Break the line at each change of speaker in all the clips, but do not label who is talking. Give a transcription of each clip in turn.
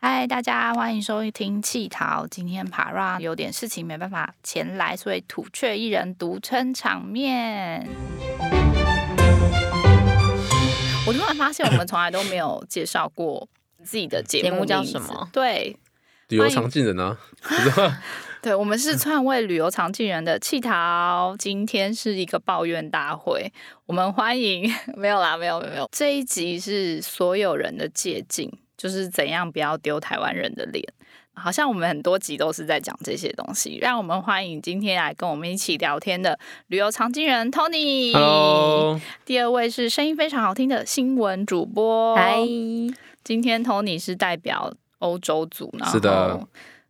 嗨，大家欢迎收听气桃。今天 Para 有点事情没办法前来，所以土雀一人独撑场面。我突然发现，我们从来都没有介绍过自己的节
节目叫
名
什
字
么
对，
旅游常进人啊，
对，我们是篡位旅游常进人的气桃，今天是一个抱怨大会，我们欢迎 没有啦，没有没有没有，这一集是所有人的借镜，就是怎样不要丢台湾人的脸。好像我们很多集都是在讲这些东西，让我们欢迎今天来跟我们一起聊天的旅游常进人 Tony。
Hello，
第二位是声音非常好听的新闻主播，
嗨，
今天 Tony 是代表欧洲组，然后
是的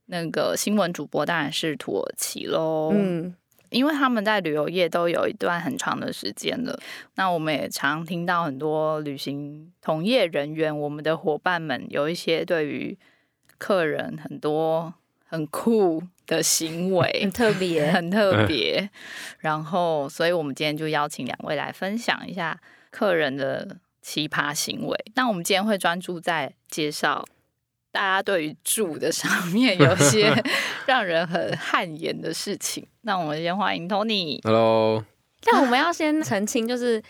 那个新闻主播当然是土耳其喽。嗯，
嗯，
因为他们在旅游业都有一段很长的时间了，那我们也常听到很多旅行从业人员，我们的伙伴们有一些对于客人很多很酷的行为
很，特别，
很特别。然后，所以我们今天就邀请两位来分享一下客人的奇葩行为。那我们今天会专注在介绍大家对于住的上面有些让人很汗颜的事情。那我们先欢迎 Tony。
，Hello，
但我们要先澄清，就是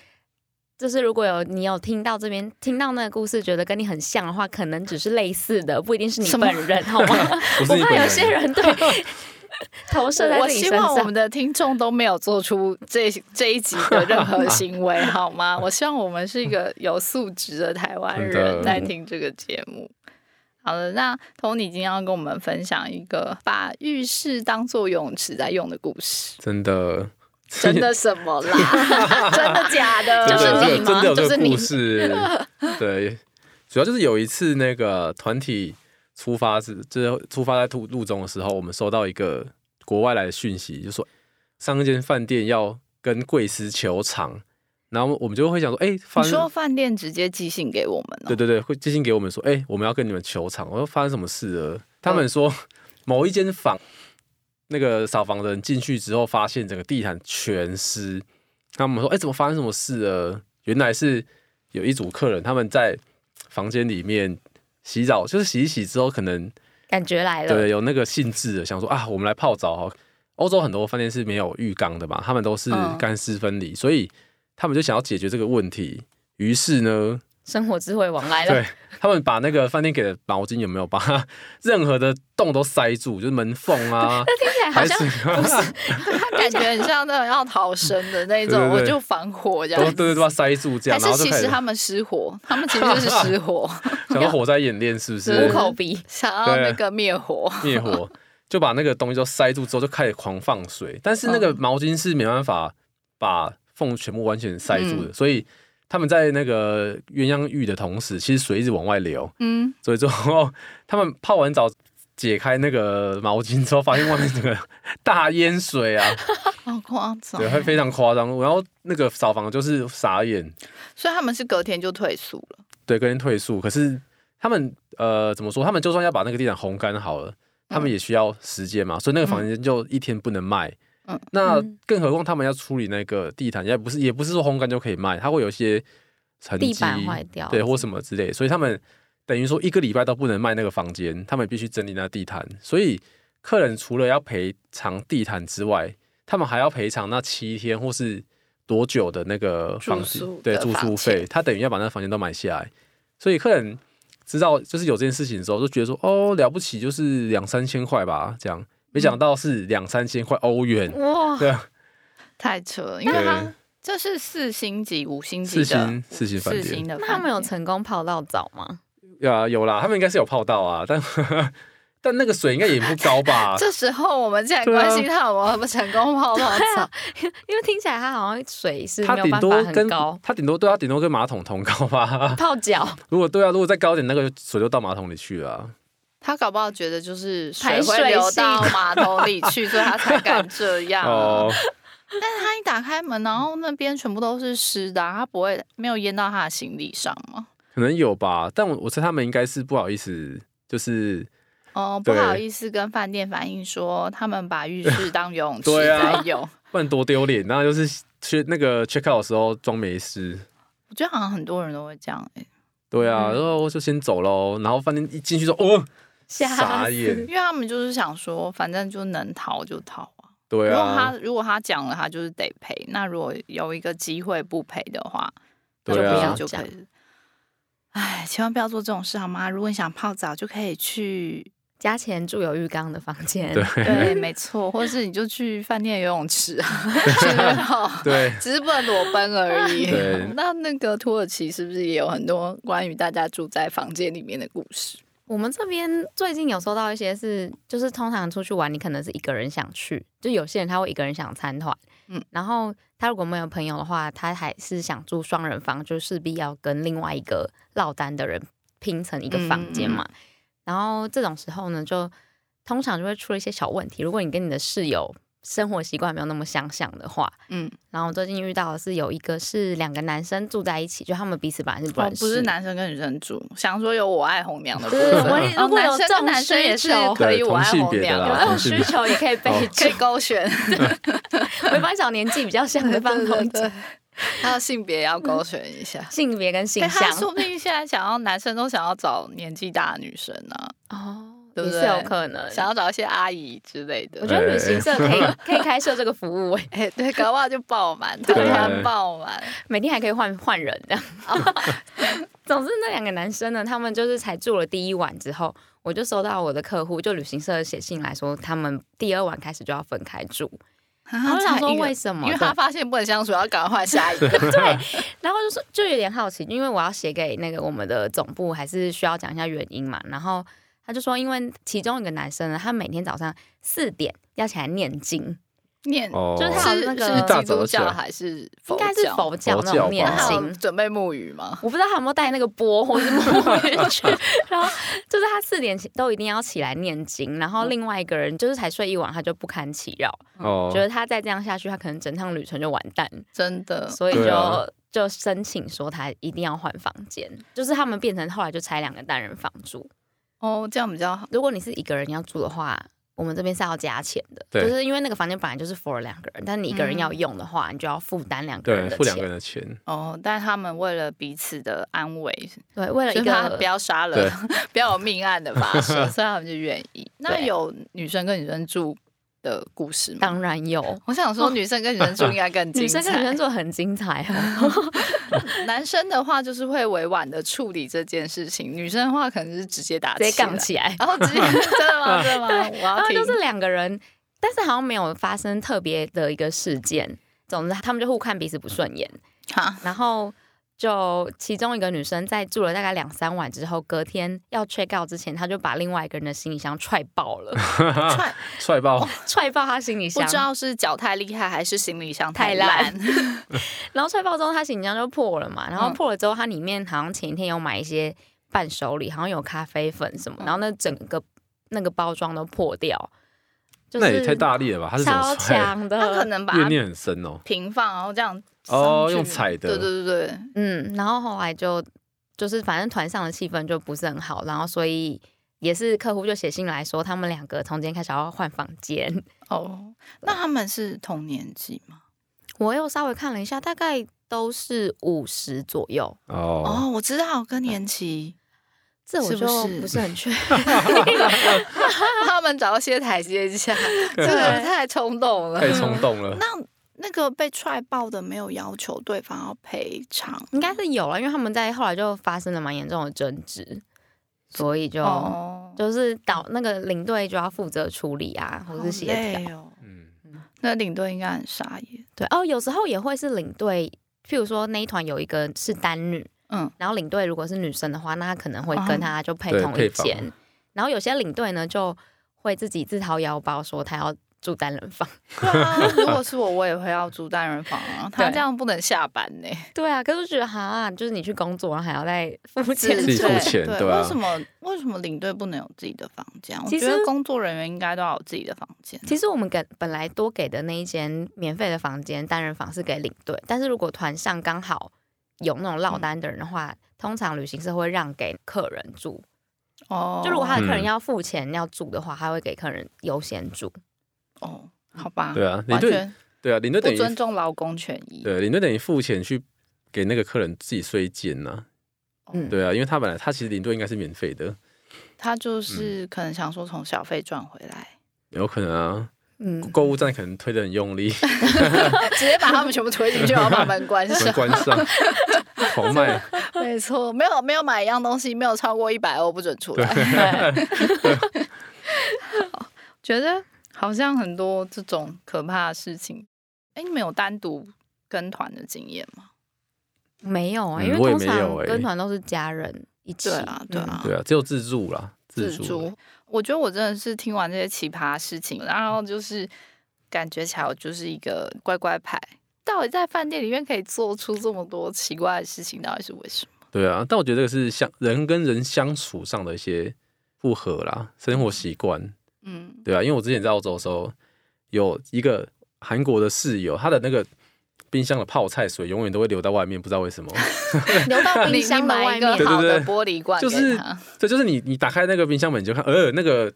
就是如果有你有听到这边听到那个故事，觉得跟你很像的话，可能只是类似的，不一定是你
什么
本人，好吗？
不是
我
你
怕
本
有些
人，
人对投射在
我
自己
希
身上。
望我们的听众都没有做出这这一集的任 何行为，好吗？我希望我们是一个有素质的台湾
真
人
的
在听这个节目。好了，那 Tony 今天要跟我们分享一个把浴室当做泳池在用的故事，
真的，
真 的什么啦？ 真的假的？
真
就
的
是你
真的
吗？
有这
就
个
是你
故。事， 对，主要就是有一次那个团体出发是，就是出发在途路中的时候，我们收到一个国外来的讯息，就说上一间饭店要跟贵司求偿，然后我们就会想说，哎、发
你
生
说饭店直接寄信给我们哦了、
对对对，会寄信给我们说，哎、我们要跟你们求偿。我说发生什么事了？他们说某一间房，那个扫房的人进去之后，发现整个地毯全湿。他们说，哎、怎么发生什么事了？原来是有一组客人他们在房间里面洗澡，就是洗一洗之后，可能
感觉来了，
对有那个兴致了，想说啊，我们来泡澡好。欧洲很多饭店是没有浴缸的嘛，他们都是
嗯
干湿分离，所以他们就想要解决这个问题。于是呢，
生活智慧王来了
对， 他们把那个饭店给的毛巾有没有把它任何的洞都塞住，就是门缝啊，
听起来好
还
像
是
他感觉很像那种要逃生的那种，
对对对
我就防火这
都
样
对
子。
对对把它塞住这
还
样，然
是
后就
其
开
实
始
他们失火，他们其实就是失 火。
想到火灾演练是不
无
是
口鼻，
想要
啊
那个灭火，
灭火，就把那个东西都塞住之后就开始狂放水，但是那个毛巾是没办法把缝全部完全塞住的，所以。他们在那个鸳鸯浴的同时，其实水一直往外流，
嗯，
所以最后他们泡完澡解开那个毛巾之后，发现外面整个大淹水啊，
好夸张
对，。会非常夸张。然后那个扫房就是傻眼，
所以他们是隔天就退宿了，
对，跟人退宿。可是他们呃怎么说？他们就算要把那个地毯烘干好了，他们也需要时间
嗯
嘛，所以那个房间就一天不能卖。
嗯
那更何况他们要处理那个地毯，也不是也不是说烘干就可以卖，它会有一些痕迹，
地板坏掉
对，或什么之类，所以他们等于说一个礼拜都不能卖那个房间，他们必须整理那地毯，所以客人除了要赔偿地毯之外，他们还要赔偿那七天或是多久的那个
住
房
宿
租，对
的
住
房
宿
钱
费，他等于要把那房间都买下来，所以客人知道就是有这件事情的时候，就觉得说哦了不起，就是两三千块吧，这样，
嗯
没想到是两三千块欧元，
哇，
对啊，
太扯了，因为
对
他，这是四星级、五星级
四
的
星四星饭
四
店
星。的饭
那
店，？
他们有成功泡到澡吗？
啊，有啦，他们应该是有泡到啊，但但那个水应该也不高 吧
这时候我们才
啊对啊
关心他有没有成功泡到
啊
澡，
因为听起来它好像水是
他
没有
顶
办
多
法很
跟
高，。
他顶多对他啊顶多跟马桶同高吧
泡脚
如果对啊，如果再高一点，那个水就到马桶里去了啊。
他搞不好觉得就是水
排水
会流
系
到
统
马桶里去，所以他才 敢这
啊
样。
哦，
但是他一打开门，然后那边全部都是湿的啊，他不会没有淹到他的行李上吗？
可能有吧，但我我猜他们应该是不好意思，就是
哦，不
对
好意思，跟饭店反映说他们把浴室 当游泳池
对啊
在用。
不然多丢脸。然后就是去那个 check out 的时候装没事，
我觉得好像很多人都会这样、欸，
对
嗯
啊，然后我就先走喽。然后饭店一进去说，哦，
吓死
傻眼，
因为他们就是想说，反正就能逃就逃啊。
对
如果他
啊，
如果他讲了，他就是得赔。那如果有一个机会不赔的话，那
对
就不
啊
要，就可以。哎，千万不要做这种事好吗？如果你想泡澡，就可以 去，
加钱住有浴缸的房间，
对
对，没错，或者是你就去饭店游泳池啊，去泡，
对
只是不能裸奔而 已
对。
那那个土耳其是不是也有很多关于大家住在房间里面的故事？
我们这边最近有收到一些是，就是通常出去玩，你可能是一个人想去，就有些人他会一个人想参团，
嗯
嗯，然后他如果没有朋友的话，他还是想住双人房，就势必要跟另外一个落单的人拼成一个
嗯
房间嘛。然后这种时候呢，就通常就会出了一些小问题。如果你跟你的室友生活习惯没有那么相像的话，
嗯，
然后我最近遇到的是有一个是两个男生住在一起，就他们彼此本来是不
哦
认，识，
不是男生跟女生住，想说有我爱红娘的部
对，
分。
我
哦
如果
男
有
生
这
跟
种
男生也
需
是
求，
可以，
对
我爱
同性
红
别的
娘
啦
的，
有
同性
需求也可以被
哦
可以
追。
勾选，
没关系，小年纪比较像
对
的放
对
同。
对对，还有性别也要勾选一下
性别跟性
对，
向
他说不定现在想要男生都想要找年纪大的女生啊，
哦，
对
也
不对
是有可能。
想要找一些阿姨之类的
我。觉得旅行社可以可以开设这个服务，哎
哎、对，搞不好就爆满，团
对
团爆满。
每天还可以换换人这样。
哦
总之，那两个男生呢，他们就是才住了第一晚之后，我就收到我的客户就旅行社写信来说，他们第二晚开始就要分开住。
然
然后我想说为
为
什么？
因为
对
他发现不能相处，要赶快换下一 个。
然后就说就有点好奇，因为我要写给那个我们的总部，还是需要讲一下原因嘛。然后他就说，因为其中一个男生呢，他每天早上四点要起来念经，
念
哦，
就是他有那个
是
一大
基
早
督
就起来
教还是
应
佛
该是
教？
佛教那种念
那他有
经。
准备木鱼吗？
我不知道他有没有带那个钵或者是木鱼去，然后就是他四点起都一定要起来念经，然后另外一个人就是才睡一晚，他就不堪其扰，觉
哦，
得他再这样下去，他可能整趟旅程就完蛋。
真的，
所以
对
就、
啊
就申请说他一定要换房间，就是他们变成后来就拆两个单人房住。
哦，这样比较好。
如果你是一个人要住的话，我们这边是要加钱的，
对
就是因为那个房间本来就是 for 两个人，但你一个人要用的话，你就要负担两个人
对，
的
付两个
钱。
人的钱，
哦，但他们为了彼此的安慰，
对，为了
所
一
以他不
个
要杀
对
人，不要有命案的 发生，所以他们就愿意。那
对
有女生跟女生住的故事吗？
当然有。
我想说，女生跟女生住应该更精
哦 女生跟女
彩
生。做很精彩哦，
男生的话就是会委婉的处理这件事情，女生的话可能是直接打
直接
起来
杠，起来。
然后直接 真的吗？ 真的吗？我
然
要
后
听。
就是两个人，但是好像没有发生特别的一个事件。总之，他们就互看彼此不顺眼，
哈
然后就其中一个女生在住了大概两三晚之后，隔天要 check out 之前，她就把另外一个人的行李箱踹爆 了，
啊
踹，
踹爆，
踹爆她行李
不
箱，
知道是脚太厉害还是行李箱
太
烂
烂。然后踹爆之后，她行李箱就破了嘛，然后
嗯
破了之后，她里面好像前一天有买一些伴手礼，好像有咖啡粉什么，然后那整个那个包装都破掉，就
那也太
是
大力了吧？他是怎
超
么踹？
强
他可
的，
能把
怨
它
念很深哦。
平放，然后这样
哦
上去
用踩的
对对对对，
嗯，然后后来就就是反正团上的气氛就不是很好，然后所以。也是客户就写信来说，他们两个从今天开始要换房间，
哦，那他们是同年纪吗？
我又稍微看了一下，大概都是五十左右，
哦，
哦，我知道更年期，
这我
是不
就是不是很确定。
他们找到些台阶下，这个太冲动了。
太冲动了。
那那个被踹爆的没有要求对方要赔偿
应该是有了，因为他们在后来就发生了蛮严重的争执，所以就、
哦，
就是导那个领队就要负责处理啊，或
好
是协调。
累哦。
嗯，
那领队应该很傻眼。
对哦，有时候也会是领队，譬如说那一团有一个是单女，
嗯，
然后领队如果是女生的话，那她可能会
哦
跟她就配
对
同
配
一
房
间，然后有些领队呢就会自己自掏腰包说他要住单人房。
对 啊，如果是我，我也会要住单人房啊。他
对
这样不能下班呢，
对啊，可是我觉得哈，就是你去工作，然后还要再付
自
钱
己付
对
钱
对，
对啊
为什么为什么领队不能有自己的房间？我
其
觉
实
得工作人员应该都要有自己的房间。
其实我们给本来多给的那一间免费的房间单人房是给领队，但是如果团上刚好有那种落单的人的
嗯
话，通常旅行社会让给客人住。
哦，
就如果他的客人
嗯
要付钱要住的话，他会给客人优先住。
哦，好吧，
对啊，领
完
队
全
对啊，领队等
不
于
尊重劳工权益。
对领队等于付钱去给那个客人自己睡一间呐。
嗯，
对啊，因为他本来他其实领队应该是免费的，
他
嗯
就是可能想说从小费赚回来，
有可能啊，
嗯，
购物站可能推的很 用力，
直接把他们全部推进去，然后把门关
门
上。
关 上，狂卖，
没错，没有没有买一样东西，没有超过一百欧不准出来。好觉得 好像很多这种可怕的事情。哎，你们有单独跟团的经验吗？
没有啊，
嗯
因为
我也
通
没有
常
欸
跟团都是家人一起。
对啊，对啊，
对啊，只有自助啦，自助，
助。我觉得我真的是听完这些奇葩事情，然后就是感觉起来我就是一个乖乖牌。到底在饭店里面可以做出这么多奇怪的事情，到底是为什么？
对啊，但我觉得这个是相人跟人相处上的一些不合啦，生活习惯，
嗯，
对啊，因为我之前在澳洲的时候，有一个韩国的室友，他的那个冰箱的泡菜水永远都会流到外面，不知道 为什么。
嗯留到
你
冰
你
箱的
买
外
一
面
个。好
对对
的
对
玻璃罐给
就是啊
他，
这就是你你打开那个冰箱门，你就看，呃，那个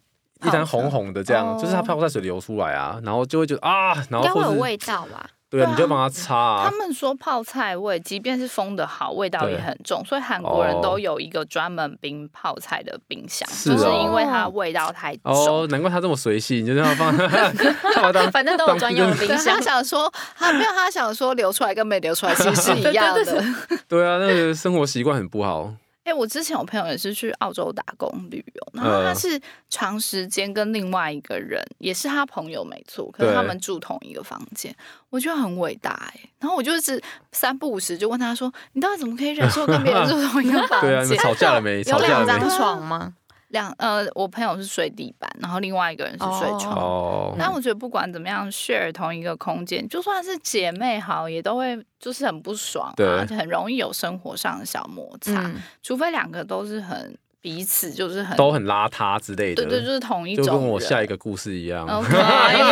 一滩
泡菜
红红的，这样
哦
就是它泡菜水流出来啊，然后就会觉得啊，然
应
后
该会有
或是
味道吧？
对啊，
对啊
你就帮他擦
他
啊，
们说泡菜味，即便是封的好，味道
对
也很重，所以韩国人
哦
都有一个专门冰泡菜的冰箱，
是
就是
哦
因为它的味道太重。
哦，难怪他这么随性，你就这样 放，他把它当
反正都有专用的冰
对
箱
他。想说，他没有，他想说流出来跟没流出来其实 是一样的。
对啊，那个生活习惯很不好，
哎、我之前我朋友也是去澳洲打工旅游，然
嗯
后他是长时间跟另外一个人，也是他朋友没错，可是
对
他们住同一个房间，我觉得很伟大哎、然后我就是三不五时就问他说：“你到底怎么可以忍受跟别人住同一 个房
对啊，你们
间？”
吵架了没？
有
吵架
两
了
张
没？
床吗？
两呃，我朋友是睡地板，然后另外一个人是睡床。
哦，
但我觉得不管怎么样，share 同一个空间，就算是姐妹好，也都会就是很不爽、啊，
对
而且很容易有生活上的小摩擦。
嗯，
除非两个都是很彼此，就是很
都很邋遢之类的，
对对，就是同一
就
种人。哦
跟我下一个故事一样。
OK，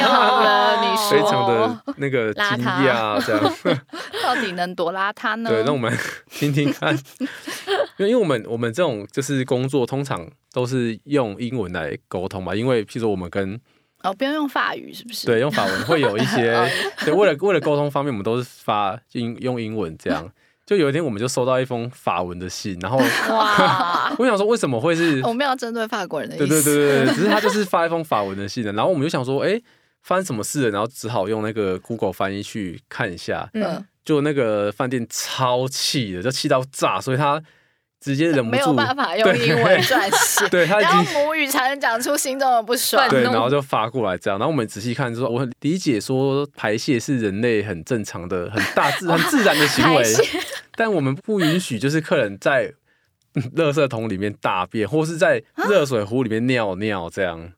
好了，你说
非常
哦
的那 个惊
邋遢
讶，这样
到底能多邋遢呢？
对，让我们 听 听看，因为因为我们我们这种就是工作，通常都是用英文来沟通嘛，因为譬如说我们跟
哦，不用用法语是不是？
对用法文会有一些
哦，
对为了为了沟通方面，我们都是发英用英文这样。就有一天我们就收到一封法文的信，然后
哇，
我想说为什么会是
哦我没有针对法国人的意
对
思。
对对对，只是他就是发一封法文的信的，然后我们就想说，哎，发生什么事了？然后只好用那个 Google 翻译去看一下，
嗯
嗯，
就那个饭店超气的，就气到炸，所以他直接忍不
没有
住，
办法用英 文撰写，
对他已
然后
经
母语才能讲出心中的不爽。
对，
愤怒
然后就发过来这样。然后我们仔细看，就说我很理解说排泄是人类很正常的、很大 自、很自然的行为
排泄，
但我们不允许就是客人在嗯垃圾桶里面大便，或是在
啊
热水壶里面尿尿这样。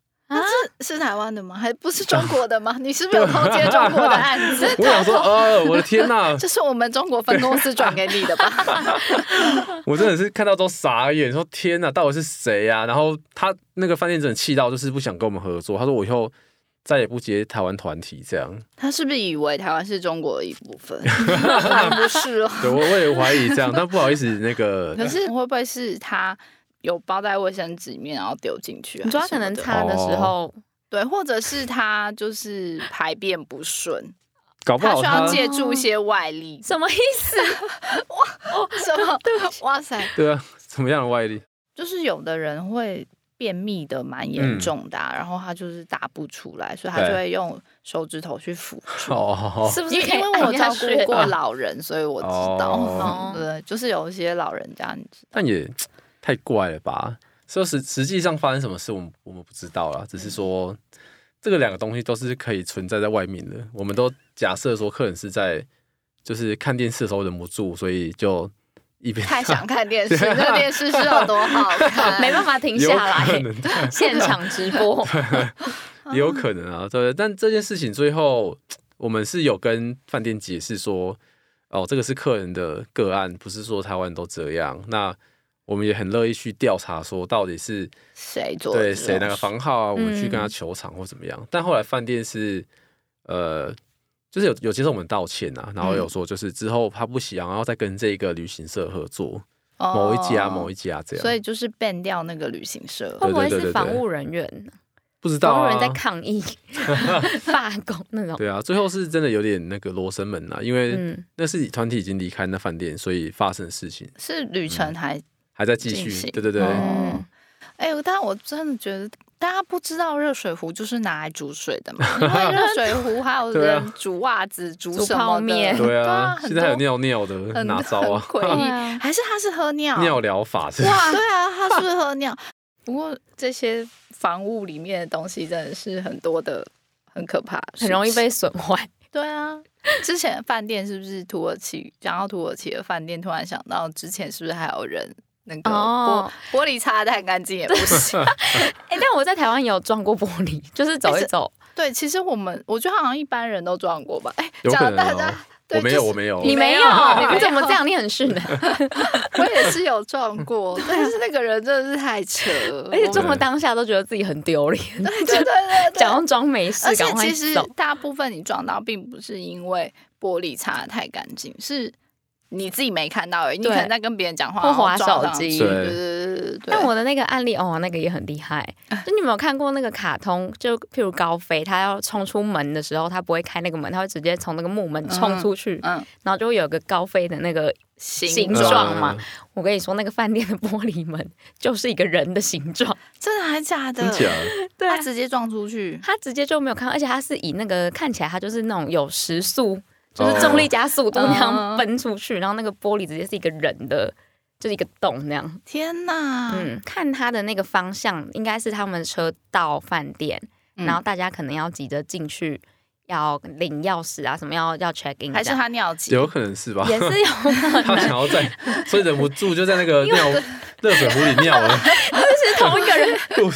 是台湾的吗？还不是中国的吗？你是不是有偷接中国的案子？
我想说，呃，我的天呐、
这是我们中国分公司转给你的吧？
我真的是看到都傻眼，说天呐，到底是谁啊呀、然后他那个饭店真的气到，就是不想跟我们合作。他说我以后再也不接台湾团体 这样。
他是不是以为台湾是中国的一部分？ 当然不是哦。
对我我也怀疑这样，但不好意思，那个
可是会不会是他有包在卫生纸里面，然后丢进去？
你说
还
他
是
可能
什么的
擦的时
哦
候，
对，或者是他就是排便不 顺，
搞不
他
好
需要
他
借助一些外 力。
什么意思？
什么？ 哇塞，
对啊，什么样的外力？
就是有的人会便秘的蛮严重的啊、然后他就是打不出来，所以他
嗯对
就会用手指头去 辅助。
哦，啊
是不
因
是
为哎
可以
因为我
按一下
照
穴
顾过老人，所以我知道。 嗯
哦
对，就是有一些老人家， 你知
但也太怪了吧？说实实际上发生什么事，我们我们不知道啦，只是说这个两个东西都是可以存在在外面的。我们都假设说客人是在就是看电视的时候忍不住，所以就一边
太想看电 视，那电视是有多好
啊
看？
没办法停
有
下
可
来，
能，
现场直播。
也有可能啊，对。但这件事情最后我们是有跟饭店解释说，哦，这个是客人的个案，不是说台湾都这样。那我们也很乐意去调查，说到底是
谁做的
对
这种
谁那个
事
房号啊，我们去跟他
嗯
求偿或怎么样。但后来饭店是呃，就是有有接受我们道歉啊，然
嗯
后有说就是之后他不想要再跟这个旅行社合作，某一家啊
哦
某一家这样。
所以就是 ban 掉那个旅行社。
会不会
对对对对
是防务人员？
不知道
总有
啊
人在抗议、 罢工那种。
对啊，最后是真的有点那个罗生门啊，因为
嗯，
那是团体已经离开那饭店，所以发生的事情
是旅程还
还在嗯继
进
续。
行
对对对，
哦哎、但我真的觉得大家不知道热水壶就是拿来煮水的 嘛，因为热水壶还有
对啊
人煮袜子、 煮
煮
什
泡
么的
面
对啊
啊，，
现在还有
很多
尿尿的
很
哪招啊？
很诡
对啊
异，还是他是喝尿？
尿疗法是
哇，对啊，他是不是喝尿？ 不过这些房屋里面的东西真的是很多的，很可怕，
很容易。被损坏。
对啊，之前饭店是不是土耳其？讲到土耳其的饭店，突然想到之前是不是还有人那个玻、
哦
玻璃擦的太干净也不行？
哎、但我在台湾也有撞过玻璃， 就是走一走，
对，其实我们我觉得好像一般人都撞过吧。哎、
有
讲
可
到
能
大
哦
家。。
我
对
没有，
就是
我哦没有。
你没有，
没有
你怎么这样？你很逊的，
我也是有撞过，但是那个人真的是太扯了，
而且
我
撞了当下都觉得自己很丢脸，
对对对对对，
假装装没事
而，且
赶快
其实
走。
大部分你撞到，并不是因为玻璃擦的太干净，是你自己没看到而已。你
对
可能在跟别人讲话，
或
然后
滑
撞
手
上去
机
对
对
对对对对。啊
但我的那个案例哦，那个也很厉害。就你有没有看过那个卡通？就譬如高飞，他要冲出门的时候，他不会开那个门，他会直接从那个木门冲出去，
嗯，
然后就会有个高飞的那个。
形
形
嗯
状嘛我跟你说，那个饭店的玻璃门就是一个人的形 状，
真的还假的
嗯
啊
真？假？
对
他直接撞出去，
他直接就没有看到，而且他是以那个看起来他就是那种有时速，就是重力加速度那样
哦
奔出去，然后那个玻璃直接是一个人的，就是一个洞那样。
天哪！
嗯，看他的那个方向，应该是他们车到饭店，
嗯
然后大家可能要急着进去，要领钥匙啊，什么要要 check in，
还是
这样
他尿急，
嗯有可能是吧？
也是有可
他想
能，
要在，所以忍不住就在那个 尿热水壶里尿了。
是同一个 人。
不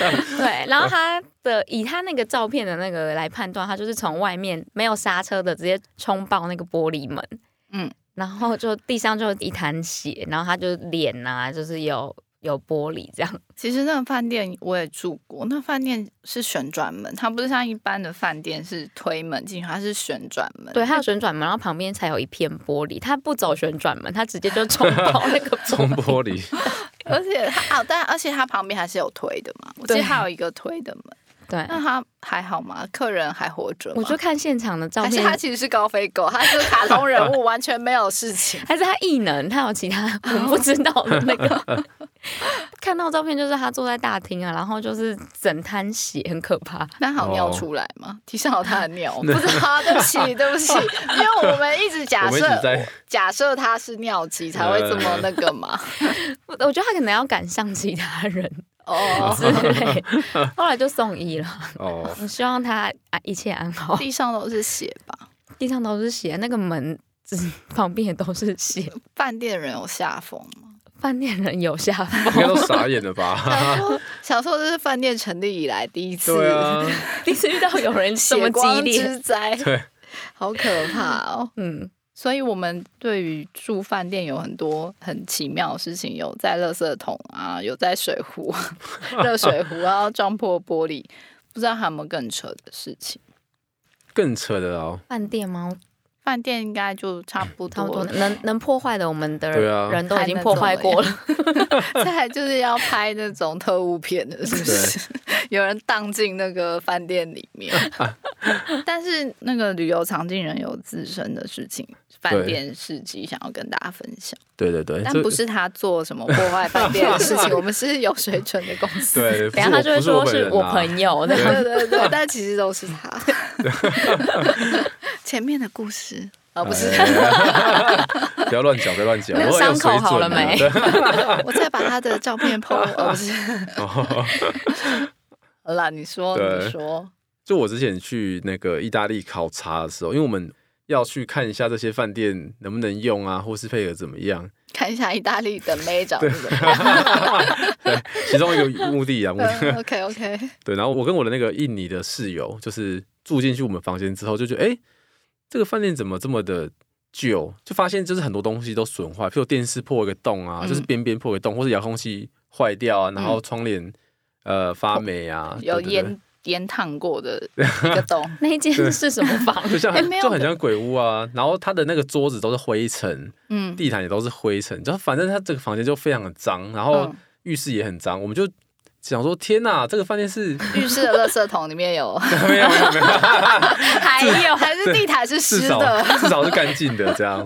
对，然后他的以他那个照片的那个来判断，他就是从外面没有刹车的直接冲爆那个玻璃门，嗯
嗯，
然后就地上就一滩血，然后他就脸啊，就是有有玻璃这样，
其实那个饭店我也住过，那饭店是旋转门，它不是像一般的饭店是推门进去，它是旋转门。
对，他有旋转门，然后旁边才有一片玻璃，他不走旋转门，他直接就冲爆那个
冲
玻璃。
玻璃，
而且它啊，但而且它旁边还是有推的嘛，我记
对
得还有一个推的门。
对，
那他还好吗？客人还活着吗？
我就看现场的照
还是
片，
他其实是高飞狗，他是卡通人 物，完全没有事情。
还是他异能，他有其他我
哦
们不知道的那 个。看到照片就是他坐在大厅啊，然后就是整滩血，很可怕。
那好
哦
尿出来吗？地上有他的 尿，我不知道，对不起，对不起，因为我们一直假
我们一直
设
在
假设他是尿急才会这么那个 嘛。
我我觉得他可能要赶上其他人
哦，
之 类，后来就送医了。
哦，
我希望他啊一切安好，
地上都是血吧？
地上都是血，那个门只旁边也都是血，
饭店人有吓 疯吗？
饭店人有下
应该
风，
都傻眼 了吧？
想 说想说这是饭店成立以来第一次
对啊，
第一次遇到有人这么
血光
激烈。
之灾，
对，
好可怕哦。
嗯，
所以我们对于住饭店有很多很奇妙的事情，有在垃圾桶啊，有在水 壶、热水壶，然后撞破玻璃，不知道还有没有更扯的事情。
更扯的哦。
饭店吗？
饭店应该就差不
差不多
多，
能能破坏的，我们的
对啊
人都已经破坏过了。
再来就是要拍那种特务片的，是不是？ 有人荡进那个饭店里面，但是那个旅游常进人有自身的事情，饭
对
店事迹想要跟大家分享。
对对对，
但
哎这
不是他做什么破坏饭店的事情，我们是有水准的公 司。
对，不
等一下
是我
他就会
不是
说
我本
是
人
我
啊
朋友 的，
对对对，但其实都是他。前面的故事啊，不是，
哎 不要乱讲，不要乱讲。
那个
我有
伤口
水准
好了
啊
没
对
我再把他的照片 PO，哦，不是。 好啦，你说，
对
你说，
就我之前去那个意大利考察的时候，因为我们要去看一下这些饭店能不能用啊，或是配合怎么样。
看一下意大利的妹长是怎么
对，其中一个目的啊，目的。
样。OK OK，
对，然后我跟我的那个印尼的室友，就是住进去我们房间之后，就觉得哎、诶这个饭店怎么这么的旧？就发现就是很多东西都损坏，譬如电视破一个洞啊，
嗯
就是边边破一个洞，或者遥控器坏掉啊，然后窗帘、呃发霉 啊，
有
对对对
烟烟烫过的一个洞，
那一间是什么房？
就像
哎
很
没有
就很像鬼屋啊，然后他的那个桌子都是灰尘，
嗯，
地毯也都是灰尘，然后反正他这个房间就非常的脏，然后
嗯
浴室也很脏，我们就想说天哪，这个饭店是 啊
浴室的垃圾桶里面有，
没有没有没有，
还有还是地毯是
至
湿
少
的，
至少是干净的这样。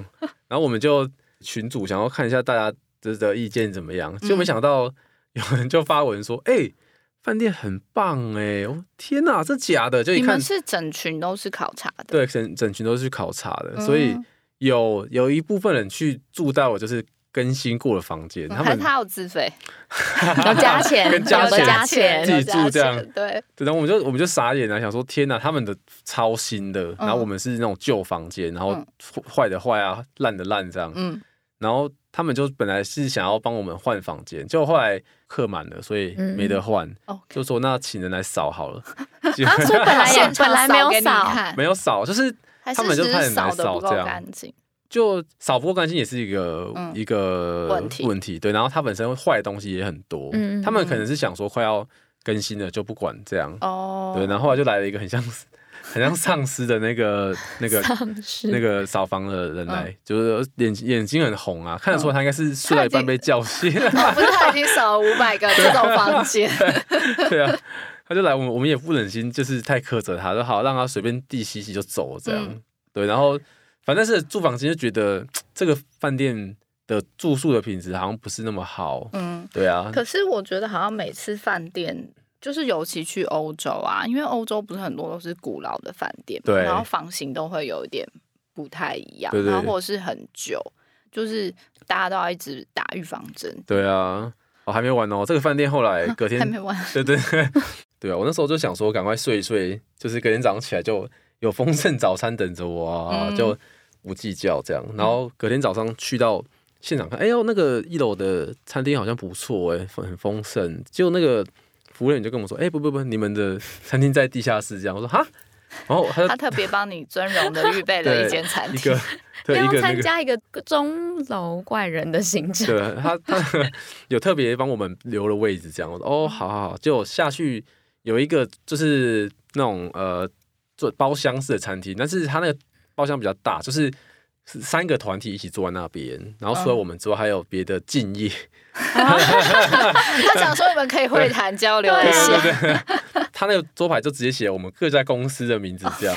然后我们就群主想要看一下大家的的意见怎么样，就
嗯
没想到 有人就发文说：“哎、饭店很棒哎、我天哪，这假的！”就一
你
看
们，是整群都是考察的，
对，整整群都是去考察的，
嗯
所以有有一部分人去住到我就是更新过的房间，他
哦还
们
他有自费，
要加钱，
跟加
有的
钱
加
自
钱，
己住这样
有加钱对，
对，然后我们就我们就傻眼了，啊想说天哪，他们的超新的，然后
嗯
我们是那种旧房间，然后
嗯
坏的坏啊，烂的烂这样。
嗯，
然后他们就本来是想要帮我们换房间，结果后来客满了，所以没得换，
哦，
就说那请人来扫 好了。结
啊，
果
所以本来也
现场
本来没有
给你
扫，
看
没有扫，就是
还
他们就
只
派
是
人来
扫的
扫
不够
这样
干净，
就扫不过干净也是一个、
嗯
一个
问题
对。然后它本身坏的东西也很多，
嗯嗯
他们可能是想说快要更新了就不管这样，
哦，
对。然后后来就来了一个很像 很像丧尸的那个那个。
丧尸
那个扫房的人来，
嗯
就是眼眼睛很红啊，看得出来他应该是睡到一半被叫醒。
哦我不是他已经扫了五百个这种房间，
对啊，他就来，我们我们也不忍心，就是太苛责他，说好让他随便地吸吸就走这样。
嗯
对，然后反正是住房间就觉得这个饭店的住宿的品质好像不是那么好。
嗯，
对啊，
可是我觉得好像每次饭店。就是尤其去欧洲啊，因为欧洲不是很多都是古老的饭店嘛，
对
然后房型都会有一点不太一样，
对对
然后或者是很久，就是大家都要一直打预防针，
对啊，我、还没完哦，这个饭店后来隔天
还没完，
对对对 对啊！我那时候就想说，赶快睡一睡，就是隔天早上起来就有丰盛早餐等着我啊，
嗯
就不计较这样。然后隔天早上去到现场看，哎呦，那个一楼的餐厅好像不错哎、很丰盛。结果那个服务员就跟我说，哎、不不不，你们的餐厅在地下室这样。我说哈，然后他
他
就
特别帮你尊荣的预备了一间餐
一
厅
个，对 一
要
个那
参
个。
加一个钟楼怪人的行程，
对他，他有特别帮我们留了位置，这样。我说哦，好好好，就下去有一个就是那种呃做包厢式的餐厅，但是他那个包厢比较大，就是三个团体一起坐在那边，然后除了
嗯
我们之外，还有别的敬业，
他想说你们可以会谈交流
对
一
啊
下，
对对对，他那个桌牌就直接写我们各家公司的名字，这样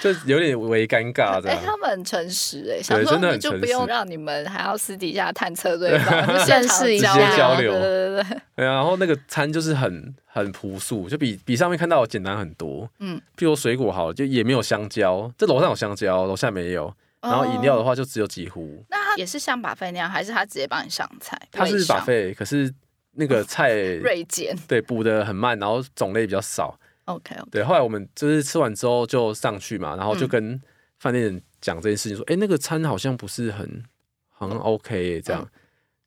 就有点微尴尬这
哎、
样。
他们很诚实哎、想说
真的很
你就
诚
不
实
用让你们还要私底下探测对 方，就
认
现场
识一
交
下
流
交流
对对对对，
对啊，然后那个餐就是很很朴素，就比比上面看到的简单很多。
嗯
嗯，譬如水果好了，就也没有香蕉，这楼上有香蕉，楼下没有。然后饮料的
哦，
话就只有几壶，
那他也是像把费那样，还是他直接帮你上菜？
它是
把
把费，可是那个菜
锐减
对补的很慢，然后种类比较少。
，OK OK，
对，后来我们就是吃完之后就上去嘛，然后就
嗯
跟饭店人讲这件事情，说，哎、那个餐好像不是很
嗯
很 OK 耶这样。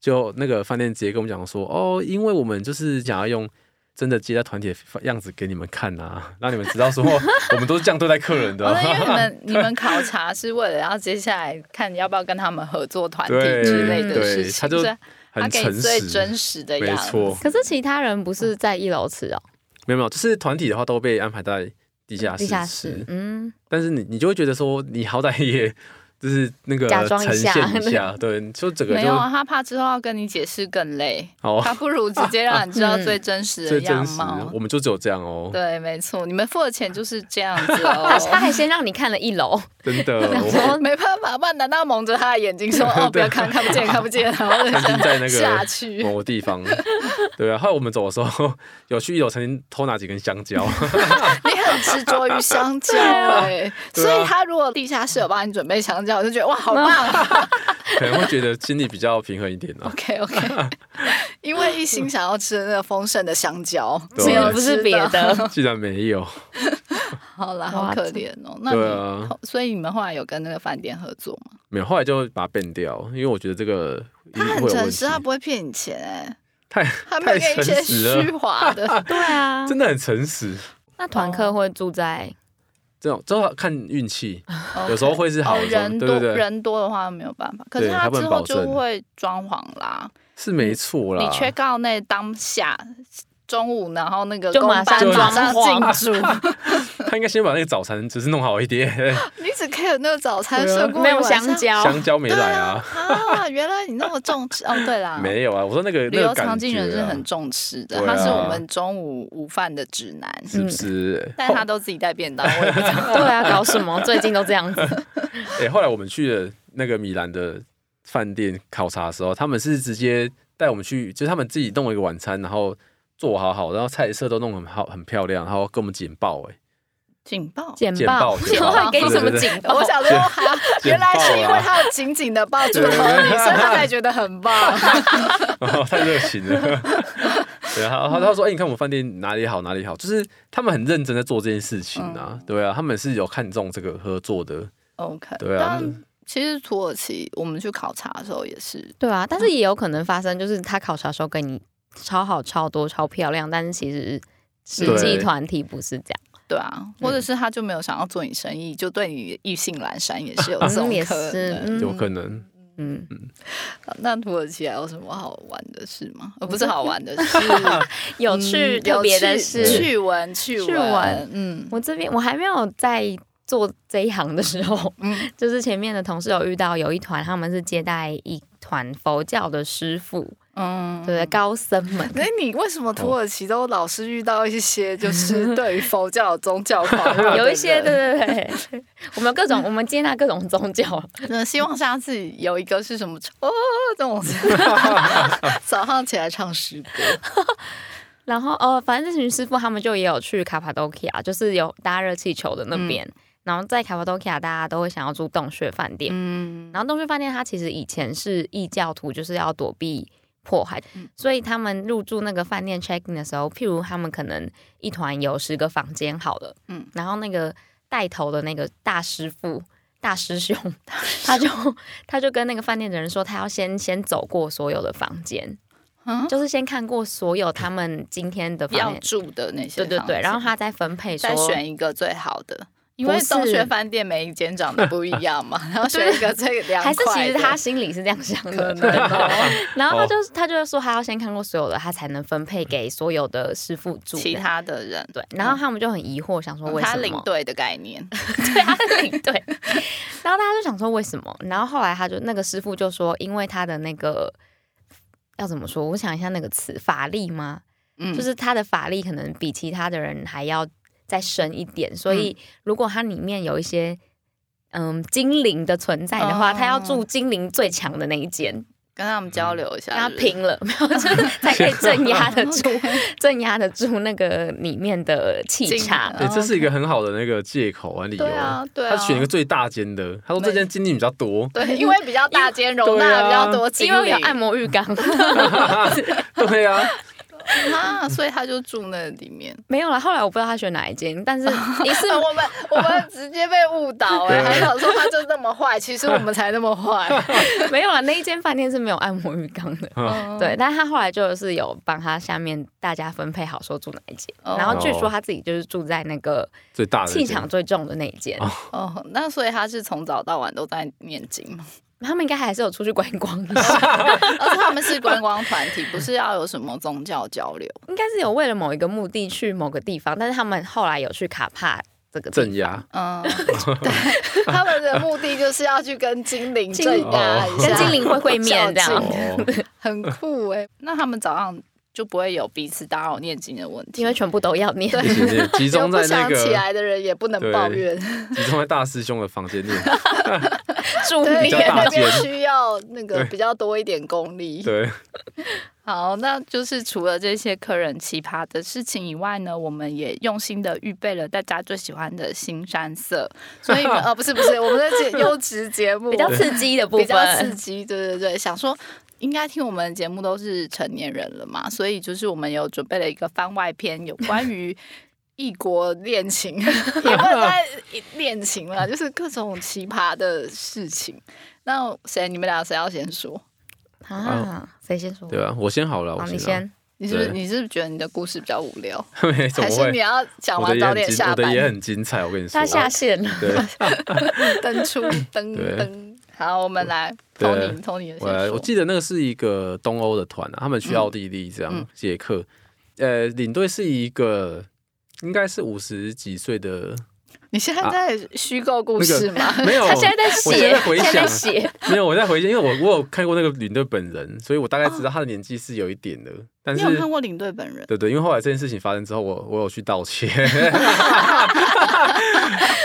就那个饭店直接跟我们讲说，哦，因为我们就是想要用真的接待团体的样子给你们看啊，让你们知 道说我们都是这样对待客人的
哦，
啊。
那因为你们你们考察是为了要接下来看要不要跟他们合作团体
对
之类的
对
事情，
他就
所以他
很
给你
诚
最真
实，
实的
没
样子，
错，
可是其他人不是在一楼吃哦，
没有没有，就是团体的话都被安排在地下
嗯
室
地下
吃
室，嗯，
但是你你就会觉得说，你好歹也就是那个
假装一
呈
下
现 一下，对，就整个
没
就
有啊，他怕之后要跟你解释更累，
哦，
他不如直接让你知道最真实的
最真
样
实
貌，。
我们就只有这样哦，
对，没错，你们付的钱就是这样 子
他他
哦。
还先让你看了一 楼，
真 的，
想
我
说
没办法，不然难道蒙着他的眼睛 说哦不要看看不见看不见，然后就
曾经在 那
下
个
去？
某个地方， 对啊，后来我们走的时候，有去一楼曾经偷拿几根香蕉，
你很执着于香 蕉哎，
对
所
啊
以他如果地下室有帮你准备香蕉，我就觉得哇好棒。啊
可能会觉得心里比较平衡一点啊。
OK OK，因 为一心想要吃的那个丰盛的香蕉，没
对啊
有
不啊 是
吃
别的，
既然没有，
好啦，好
哇
可怜哦。那
对
你
啊，
所以你们后来有跟那个饭店合作吗？
没有，后来就把它变掉，因为我觉得这个一
他
定会
很
有问
诚
题
实，，他不会骗你钱哎，
太
他没有给
太
你一些
诚实
虚
了，
华 的。
对啊，
真的很诚实。
那团客会住在
这种这要看运气，
OK
有时候会是好
哦
的，时候
人，
对
多
对对，
人多的话没有办法，可是
对
他
他不
之
能
后
保
就
证
会装潢啦。
是没错啦。
你缺告那当下中午，然后那个
就
公
马
班
上
马上
装
进驻，
他应该先把那个早餐只是弄好一点，
你只 care 还有那个早餐
对啊
胜过
没
一
有
晚上
香蕉，
香蕉没
对
来
啊
啊，
啊！原来你那么重吃哦，对啦，
没有啊。我说那个
旅
那
游
个
常
感
进人
觉
是
啊
很重吃的，
对
他是
啊
我们中午午饭的指南，
是不是？
嗯
哦
但他都自己带便当，我也不知道。
对啊，搞什么？最近都这 样子，
哎、后来我们去了那个米兰的饭店考察的时候，他们是直接带我们去，就是他们自己弄了一个晚餐，然后做好好，然后菜色都弄很好，很漂亮，然后跟我们简报、哎，
警报！啊
简
简
报
报，
简 报给你什么警报？
我想说，哈原来是因为他有紧紧的抱住了你，所
对
以他才觉得很棒。
哦太热情了。 对啊，他他说，哎、你看我们饭店哪里好哪里好，就是他们很认真在做这件事情啊，
嗯
对啊，他们是有看中这个合作的，
OK，
对啊，
但其实土耳其我们去考察的时候也是，
对啊，但是也有可能发生，就是他考察的时候跟你超好、超多、超漂亮，但是其实实际
对
团体不是这样。
对啊，
嗯
或者是他就没有想要做你生意，就对你意兴阑珊，也是 有这
嗯
种
也
可
是
能。
嗯
有可能。
嗯，
那土耳其还有什么好玩的事吗？呃，不是好玩的 事，
有
嗯
趣特别的是
有趣趣闻，趣
趣
闻
闻，
嗯
我这边我还没有在做这一行的时候，
嗯
就是前面的同事有遇到有一团，他们是接待一团佛教的师傅，
嗯，
对。高僧们。
那你为什么土耳其都老是遇到一些就是对于佛教有宗教狂热的人，
有一 些，对对对， 我们有各种，我们接纳各种宗教，
嗯，希望下次有一个是什么哦这种， 早上起来唱诗歌，
然后呃，反正这群师傅他们就也有去卡帕多奇亚，就是有搭热气球的那边。然后在卡帕多奇亚，大家都会想要住洞穴饭店。
嗯，
然后洞穴饭店它其实以前是异教徒，就是要躲避迫害，
嗯
所以他们入住那个饭店 check in 的时候，譬如他们可能一团有十个房间好了，
嗯
嗯，然后那个带头的那个大师傅。大师兄，他就他就跟那个饭店的人说，他要先先走过所有的房间，
嗯
就是先看过所有他们今天的房
要
间，
住的那些
对
房间，
哎对对，然后他再分配说
再，选一个最好的。因
不
为
是
洞穴饭店每一间长得不一样嘛，然后选一个最凉快
啊
的。
还是 其实他心里是这样想
可
的，
能哦
然后他就、他就说他要先看过所有的，他才能分配给所有的师傅住
其
的
他的人，
对，然后他们就很疑惑，想说为
他
什
领
么？
队的概念，
对，他是领队。 然后大家就想说为什么？然后后来他就那个师傅就说，因为他的那个要怎么说？我想一下那个词，法力吗？
嗯，
就是他的法力可能比其他的人还要再深一点，所以
嗯
如果他里面有一些嗯精灵的存在的话，
哦
他要住精灵最强的那一间。
跟他们交流一下，
跟他
是不是
拼了， 没有，就是才可以镇压得住，镇压得住那个里面的气场
进。
哎、这是一个很好的那个借口啊，理由。
哦对啊，对啊，
他选一个最大间的，他说这间经济比较多，
对，因为比较大间容
对
纳
啊
比较多精
因
灵，
为有按摩浴缸，
对啊，
啊，所以他就住那里面。
没有啦。后来我不知道他选哪一间，但是一次
是我们我们直接被误导哎、
对
还想说他就那么坏，其实我们才那么坏。
没有啦，那一间饭店是没有按摩浴缸的。 对，但他后来就是有帮他下面大家分配好说住哪一间，
哦
然后据说他自己就是住在那个
最大的那
气
间
场最重的那一间。
哦
哦，那所以他是从早到晚都在念经嘛，
他们应该还是有出去观光一下。
而且他们是观光团体，不是要有什么宗教交流。
应该是有为了某一个目的去某个地方，但是他们后来有去卡帕这个地
镇压。
嗯， 对，他们的目的就是要去跟精灵
精
镇压
哦
一下，
跟精灵会会面这
较
样
劲，
哦，
很酷哎、那他们早上就不会有彼此打扰念经的问题，
因为全部都要念。
对
一起念集中 在那
有不想起
个
来的人也不能
对
抱怨，
集中在大师兄的房间念，
助
对，
念
比较大
那边
间
需要那个
对
比较多一点功力。
对，
好，那就是除了这些客人奇葩的事情以外呢，我们也用心的预备了大家最喜欢的新山色，所以呢呃，不是不是，我们的节优质节目
比较刺激的部
比较刺
分。
激，对对对，想说。应该听我们节目都是成年人了嘛，所以就是我们有准备了一个番外篇，有关于异国恋情，也不能在恋情了，就是各种奇葩的事情。那谁？你们俩谁要先说？
啊，谁先说？
对啊，我先好了，
好，
我
你
先
先。
你是不是
对
你是不是觉得你的故事比较无聊，
好， 没怎
还
么
是你
会，
要讲
我的
完
也
早点下
很精，我的也
班，
很精彩，我跟你说啊
他，下线了，
对，
登 出登
对
登？好，我们来，
对
从你从你的
我来
先
我
说。
记得那个是一个东欧的团啊，他们去奥地利这样，
嗯
捷克，呃，领队是一个应该是五十几岁的
你现在在虚构故事吗？
没有，
他现在在
我现
写，
在回
现在
想
在，写，
没有，我在回想，因为我我有看过那个领队本人，所以我大概知道他的年纪是有一点的，但
你
是
有看过领队本人？
对对，因为后来这件事情发生之后，我我有去 道歉，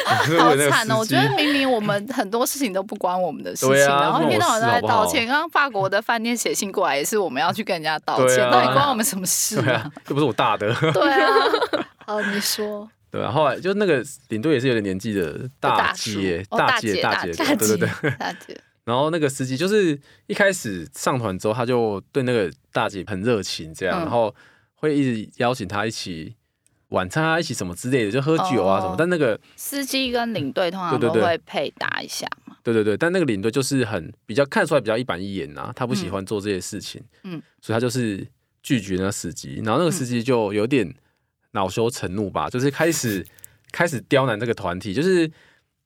好
好
惨哦！我觉得明明我们很多事情都不关我们的事情，
对啊
然后一天到晚都在
关我
道
事好不好
歉。刚刚法国的饭店写信过来，也是我们要去跟人家道歉
对，啊
到底关我们什么事
对啊，又不是我大的，
对啊，好，你说，
对啊，后来就那个领队也是有点年纪的
大叔
姐，
哦大
姐，
姐
大
大
姐，
姐
对对对。
大姐，
然后那个司机就是一开始上团之后，他就对那个大姐很热情，这
嗯
样，然后会一直邀请她一起晚餐啊，一起什么之类的，就喝酒啊
哦
什么。但那个
司机跟领队通常
对
都
对对
会配搭一下嘛。
对对对，但那个领队就是很比较看出来比较一板一眼呐、他不喜欢做这些事情，
嗯
所以他就是拒绝那个司机，然后那个司机就有点恼羞成怒吧，就是开始开始刁难这个团体，就是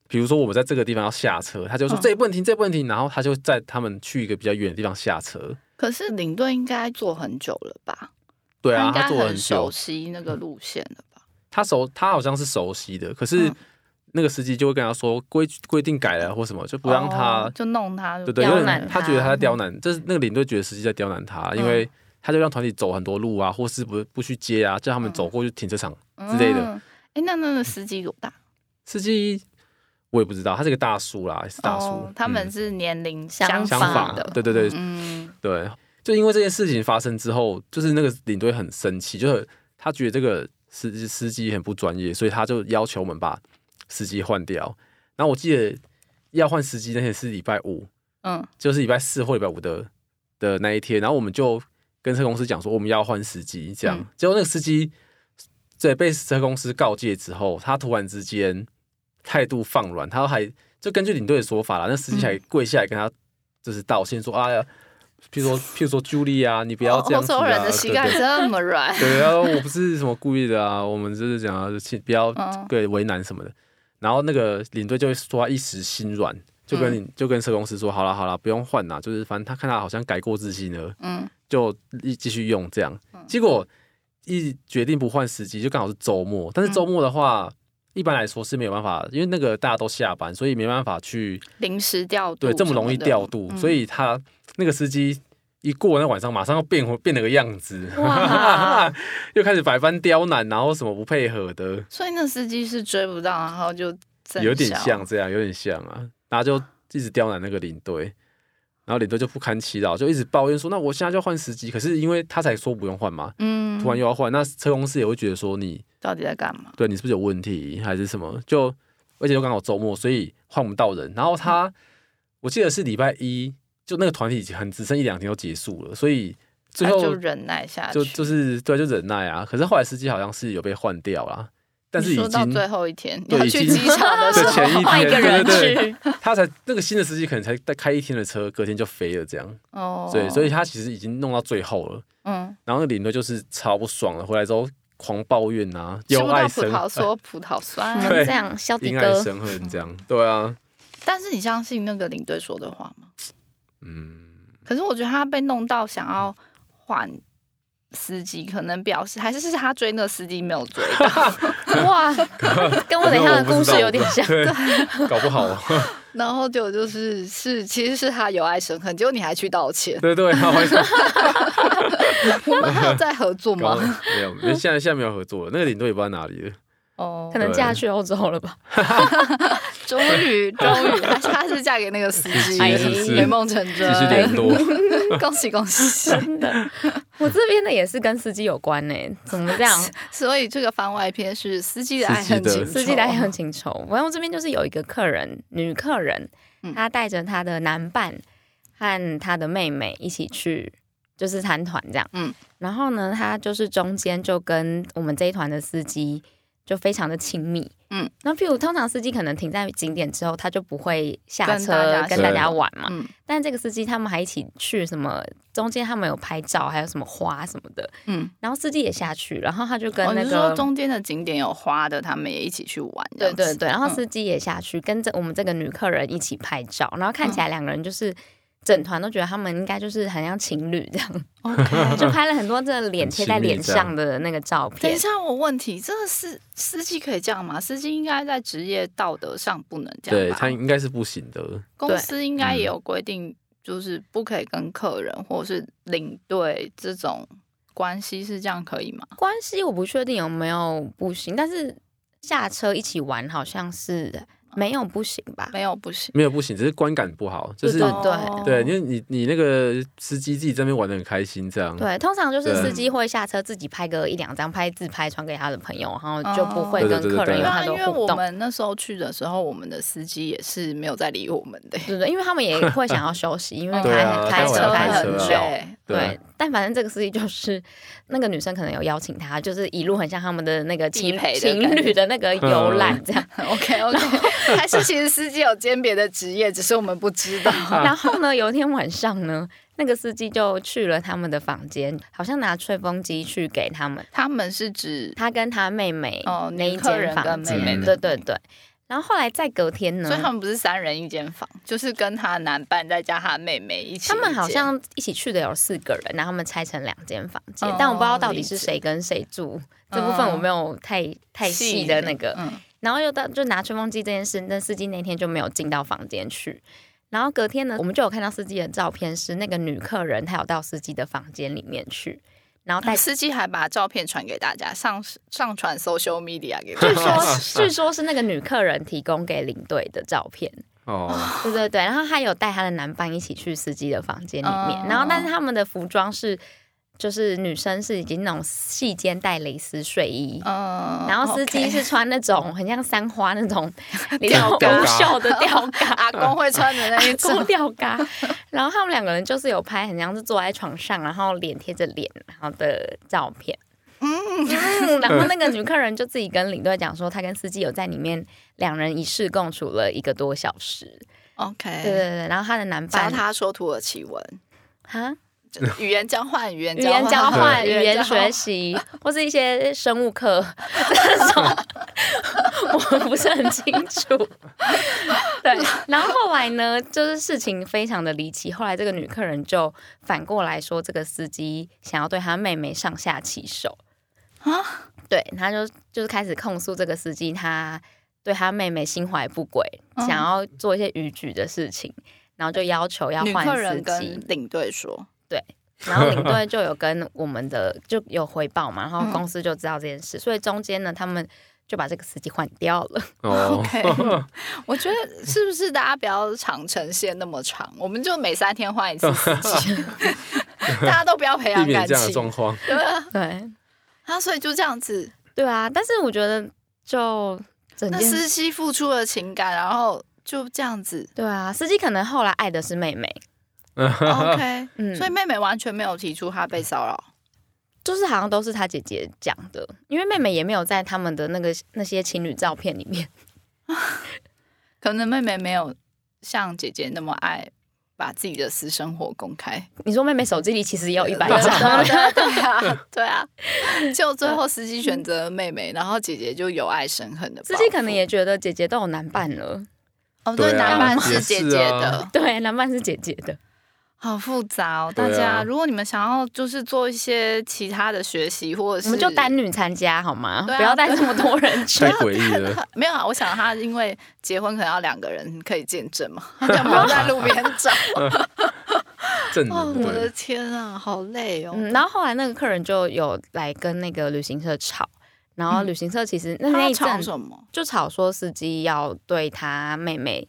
比如说我们在这个地方要下车，他就说、
嗯
这里不能停，这里不能停，然后他就在他们去一个比较远的地方下车，
可是领队应该坐很久了吧？
对啊，
他
他
应
做
该
了
很
很久
熟，悉那个路线了吧？
他熟，他好像是熟悉的，可是
嗯
那个司机就会跟他说规规定改了或什么，就不让他
哦就弄他，
对对，
刁
有点
难
他
他
觉得他在刁难，就是那个领队觉得实际在刁难他，因为他就让团体走很多路啊，或是不不去接啊，叫他们走过去停车场。之类的
嗯。哎、那那个司机多大？
司机我也不知道，他是个大叔啦，是大叔，
哦，他
嗯
们是年龄
相
相
仿
仿
仿
的，
对对对
嗯，
对，就因为这件事情发生之后，就是那个领队很生气，就是他觉得这个司司机很不专业，所以他就要求我们把司机换掉。然后我记得要换司机那天是礼拜五，
嗯，
就是礼拜四或礼拜五的的那一天，然后我们就跟车公司讲说我们要换司机，这样、
嗯
结果那个司机在被车公司告诫之后，他突然之间态度放软，他还就根据领队的说法啦，那司机还跪下来跟他就是道歉说、啊，譬如说譬如说 Julie 啊，你
不
不要这样
欧
子、
洲
啊，
哦人的膝盖
对对
这么软，
对，然后我不是什么故意的啊，我们就是讲啊，请不要
嗯
对为难什么的。然后那个领队就会说他一时心软，就跟
嗯
你就跟车公司说，好了好了，不用换啦，就是反正他看他好像改过自新了，
嗯，
就一继续用这样。结果一决定不换司机，就刚好是周末，但
嗯
是周末的话。一般来说是没有办法，因为那个大家都下班，所以没办法去
临时调度
对这
么
么容易
的
调度，
嗯
所以他那个司机一过那晚上，马上又变回变了个样子，
哇
又开始百般刁难，然后什么不配合的，
所以那司机是追不到，然后就正
有点
消
像这样，有点像啊，然后就一直刁难那个领队，然后领队就不堪其扰，就一直抱怨说，那我现在就要换司机，可是因为他才说不用换嘛，
嗯，
突然又要换，那车公司也会觉得说你
到底在干嘛？
对你是不是有问题还是什么？就而且又刚好周末，所以换不到人。然后他、我记得是礼拜一，就那个团体已经很只剩一两天就结束了，所以最
那啊就
后
忍耐下去，
就就是对就忍耐啊。可是后来司机好像是有被换掉啦，但是
你
已
说到
经
最后一天，你
对
要
已
去
经
机场的时
对
候，
前一
换一
天
个人
对对
去，
对，他才那个新的司机可能才再开一天的车，隔天就飞了这样。
哦，
对，所以他其实已经弄到最后了。
嗯，
然后那个领队就是超不爽了，回来之后狂抱怨啊，
吃
忧
不到
爱
葡
生
萄说葡萄
我
酸，
们
对
这样，肖迪
因爱
哥，
生恨这样。对啊，
但是你相信那个领队说的话吗？
嗯，
可是我觉得他被弄到想要换司机，可能表示还是是他追那个司机没有追到，
哇，跟哦我等一下的故事有点 像，
对，搞 不好，
然后就就是是其实是他有爱生恨，结果你还去道 歉，
对对，好像
我们还有在合作
搞
吗？
没有，没现在现在没有合作了，那个领队也不知道哪里了，
哦
可，能嫁去欧洲了吧？
终于终于，他他是嫁给那个司机
哎，
美梦成
继续
真
联，络，
恭喜恭喜！
真的，我这边的也是跟司机有关呢、怎么这样？
所以这个番外篇是司机的爱恨情仇，
司机来
啊
很情仇。我后这边就是有一个客人，女客人
嗯，
她带着她的男伴和她的妹妹一起去，就是参团这样。
嗯
嗯，然后呢，她就是中间就跟我们这一团的司机就非常的亲密。
嗯
嗯，那譬如通常司机可能停在景点之后，他就不会下
跟大家
车跟大家
对
玩嘛。
嗯
但这个司机他们还一起去什么，中间他们有拍照，还有什么花什么的。
嗯，
然后司机也下去，然后他就跟
我
那
哦是
个、
说中间的景点有花的，他们也一起去玩，这
对
样子
对对，然后
嗯嗯
司机也下去、跟着我们这个女客人一起拍照，然后看起来两个人就是整团都觉得他们应该就是很像情侣这样，
OK，
就拍了很多这个脸
很
贴
亲
在
密
脸
这样
上的那个照
等一
片。
下，我问题，这个司司机可以这样吗？司机应该在职业道德上不能这
对
样吧？
他应该是不行的。
公
对
司应该也有规定，就是不可以跟客人或是领队这种关系是这样可以吗？
关系我不确定有没有不行，但是下车一起玩好像是没有不行吧？
没有，不行。
没有不行，只是观感不好， 就是
对
哦
对，因为你你那个司机自己在那边玩的很开心，这样
对，通常就是
对
司机会下车自己拍个一两张拍自拍传给他的朋友，然后就不会
哦
跟客
对
人
因
有
为
太多
因为
互
我
动。
们那时候去的时候，我们的司机也是没有在理我们的、
对对，因为他们也会想要休息，因 为
对
开、
啊
开
当
车
然
车
要
开
开
很
车啊
久。
累，
对，但反正这个司机就是那个女生可能有邀请他，就是一路很像他们的那个
地
情
陪的
情
感觉
侣的那个游 览这样。
OK OK，还是其实司机有兼别的职业，只是我们不知道。
然后呢，有一天晚上呢，那个司机就去了他们的房间，好像拿吹风机去给他们。
他们是指，
他跟他妹妹
哦
那一
女客
间
人
房
跟
间，
妹妹
对
的
对对。然后后来在隔天呢
所以，他们不是三人一间房，就是跟他男伴再加他妹妹一起一
他
间。
们好像一起去的有四个人，然后他们拆成两间房间，
哦
但我不知道到底是谁跟谁住，这部分我没有太、太细的那个。
嗯
然后又到就拿吹风机这件事，那司机那天就没有进到房间去。然后隔天呢，我们就有看到司机的照片，是那个女客人她有到司机的房间里面去，然后带
但司机还把照片传给大家，上上传 social media 给
据
大家。
说据说是那个女客人提供给领队的照片，
哦，
对对对，然后她有带她的男伴一起去司机的房间里面，
哦
然后但是他们的服装是就是女生是已经那种细肩带蕾丝睡衣。
嗯
然后司机
OK
是穿那种很像三花那种
吊
嘎
无袖的 吊嘎，
阿公会穿的 那一种
高吊嘎。然后他们两个人就是有拍，很像是坐在床上，然后脸贴着脸，然后的照片。嗯，然后那个女客人就自己跟领队讲说，她跟司机有在里面两人一室共处了一个多小时。对对
，OK，
对，然后哎她的男
教
伴
他说土耳其文，
哈，
就是语言交换，语言
语言交换、
语
语言
交换
学习，或是一些生物课 这种，我不是很清楚。对，然后后来呢，就是事情非常的离奇。后来这个女客人就反过来说，这个司机想要对她妹妹上下其手
啊
对，她就就是开始控诉这个司机，他对她妹妹心怀不轨，
嗯
想要做一些逾矩的事情，然后就要求要
女
换
客
司
人
机
跟。领队说，
然后领 队就有跟我们的就有回报嘛，然后
嗯
公司就知道这件事，所以中间呢，他们就把这个司机换掉了。
哦
OK，我觉得是不是大家不要长城线那么长，我们就每三天换一次司机， 大家都不要培
避
养
免
感
这样的
情
状。 况。
对啊，
对，
啊，所以就这样子，
对啊，但是我觉得就整
那
件事，
司机付出了情感，然后就这样 子
对啊，司机可能后来爱的是妹妹，
哦，OK，
嗯，
所以妹妹完全没有提出她被骚扰。
就是好像都是他姐姐讲的，因为妹妹也没有在他们的那个那些情侣照片里面。
可能妹妹没有像姐姐那么爱把自己的私生活公开，
你说妹妹手机里其实也有一百
对
张，
啊对啊，对啊，就最后司机选择了妹妹，然后姐姐就有爱生恨的报复。
司机可能也觉得姐姐都有男伴了，
哦，对，
对啊
男伴
也
是
是
姐姐的
啊，
对，男伴是姐姐的，
好复杂哦。
对
大
啊
家，如果你们想要就是做一些其他的学习，或者是
我们就单女参加好吗？
对啊
不要带这么多人去
太。诡异了，
没有啊，我想他因为结婚可能要两个人可以见证 嘛，他想不要在路边 找。
证
哦，
人
我的
嗯对，
天啊，好累哦。
嗯，然后后来那个客人就有来跟那个旅行社吵，然后旅行社其实那那
嗯他
一
吵
阵
什么？
就吵说司机要对他妹妹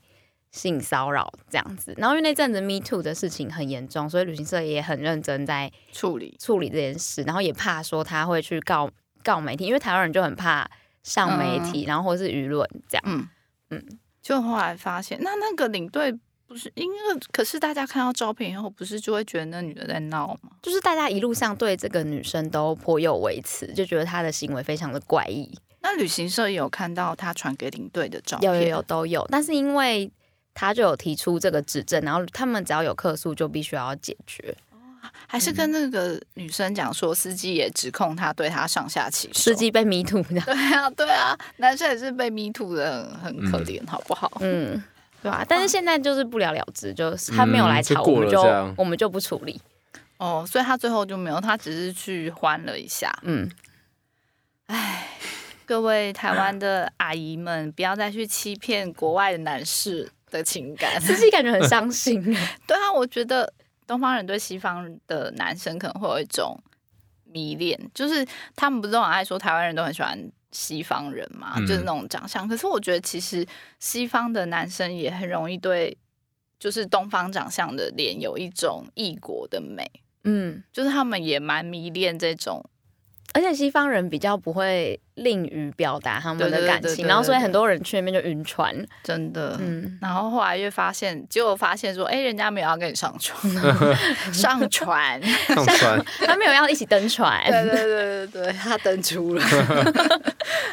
性骚扰这样子，然后因为那阵子 Me Too 的事情很严重，所以旅行社也很认真在
处理
处理这件事，然后也怕说他会去告告媒体，因为台湾人就很怕上媒体，然后或是舆论这样。
嗯嗯，就后来发现，那那个领队不是因为，可是大家看到照片以后，不是就会觉得那女的在闹吗？
就是大家一路上对这个女生都颇有微词，就觉得她的行为非常的怪异。
那旅行社也有看到他传给领队的照片，哦
有有有都有，但是因为他就有提出这个指证，然后他们只要有客诉就必须要解决，
还
嗯
是跟那个女生讲说，司机也指控他对她上下其手。
司机被迷途的。
对啊，对啊，男生也是被迷途的，很可怜，好不好？
嗯， 对啊，但是现在就是不了了之，就是他没有来
嗯
吵，
就
我
过
们
了
就
这样
我们就不处理。
哦，所以他最后就没有，他只是去欢了一下。
嗯，
各位台湾的阿姨们，不要再去欺骗国外的男士的情 感。
自己感觉很伤心。
对啊，我觉得东方人对西方的男生可能会有一种迷恋，就是他们不是都很爱说台湾人都很喜欢西方人嘛，
嗯
就是那种长相。可是我觉得其实西方的男生也很容易对，就是东方长相的脸有一种异国的美，
嗯，
就是他们也蛮迷恋这种。
而且西方人比较不会吝于表达他们
对
的
对
感
对对
情，
对
然后所以
对
很多人去那边就晕船。
真的，
嗯，
然后后来越发现，结果发现说，哎、人家没有要跟你上床，上船，
上船，
他没有要一起登船。
对对对对对，他登出了。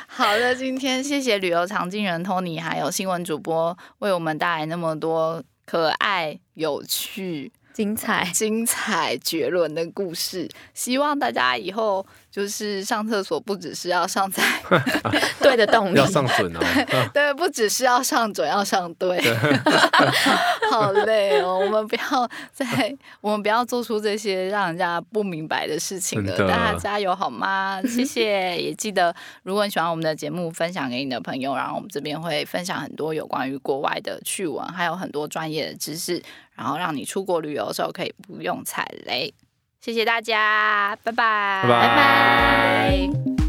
好的，今天谢谢旅游常进人 Tony 还有新闻主播为我们带来那么多可爱、有趣、
精彩。
精彩绝伦的故事。希望大家以后就是上厕所不只是要上在，
对的动力
要。上准哦。
对，不只是要上准，要上对。 好累哦，我们不要再，我们不要做出这些让人家不明白的事情了。
真的
大家加油好吗？谢谢，也记得如果你喜欢我们的节目，分享给你的朋友，然后我们这边会分享很多有关于国外的趣闻，还有很多专业的知识，然后让你出国旅游的时候可以不用踩雷。谢谢大家，拜拜，
拜拜
拜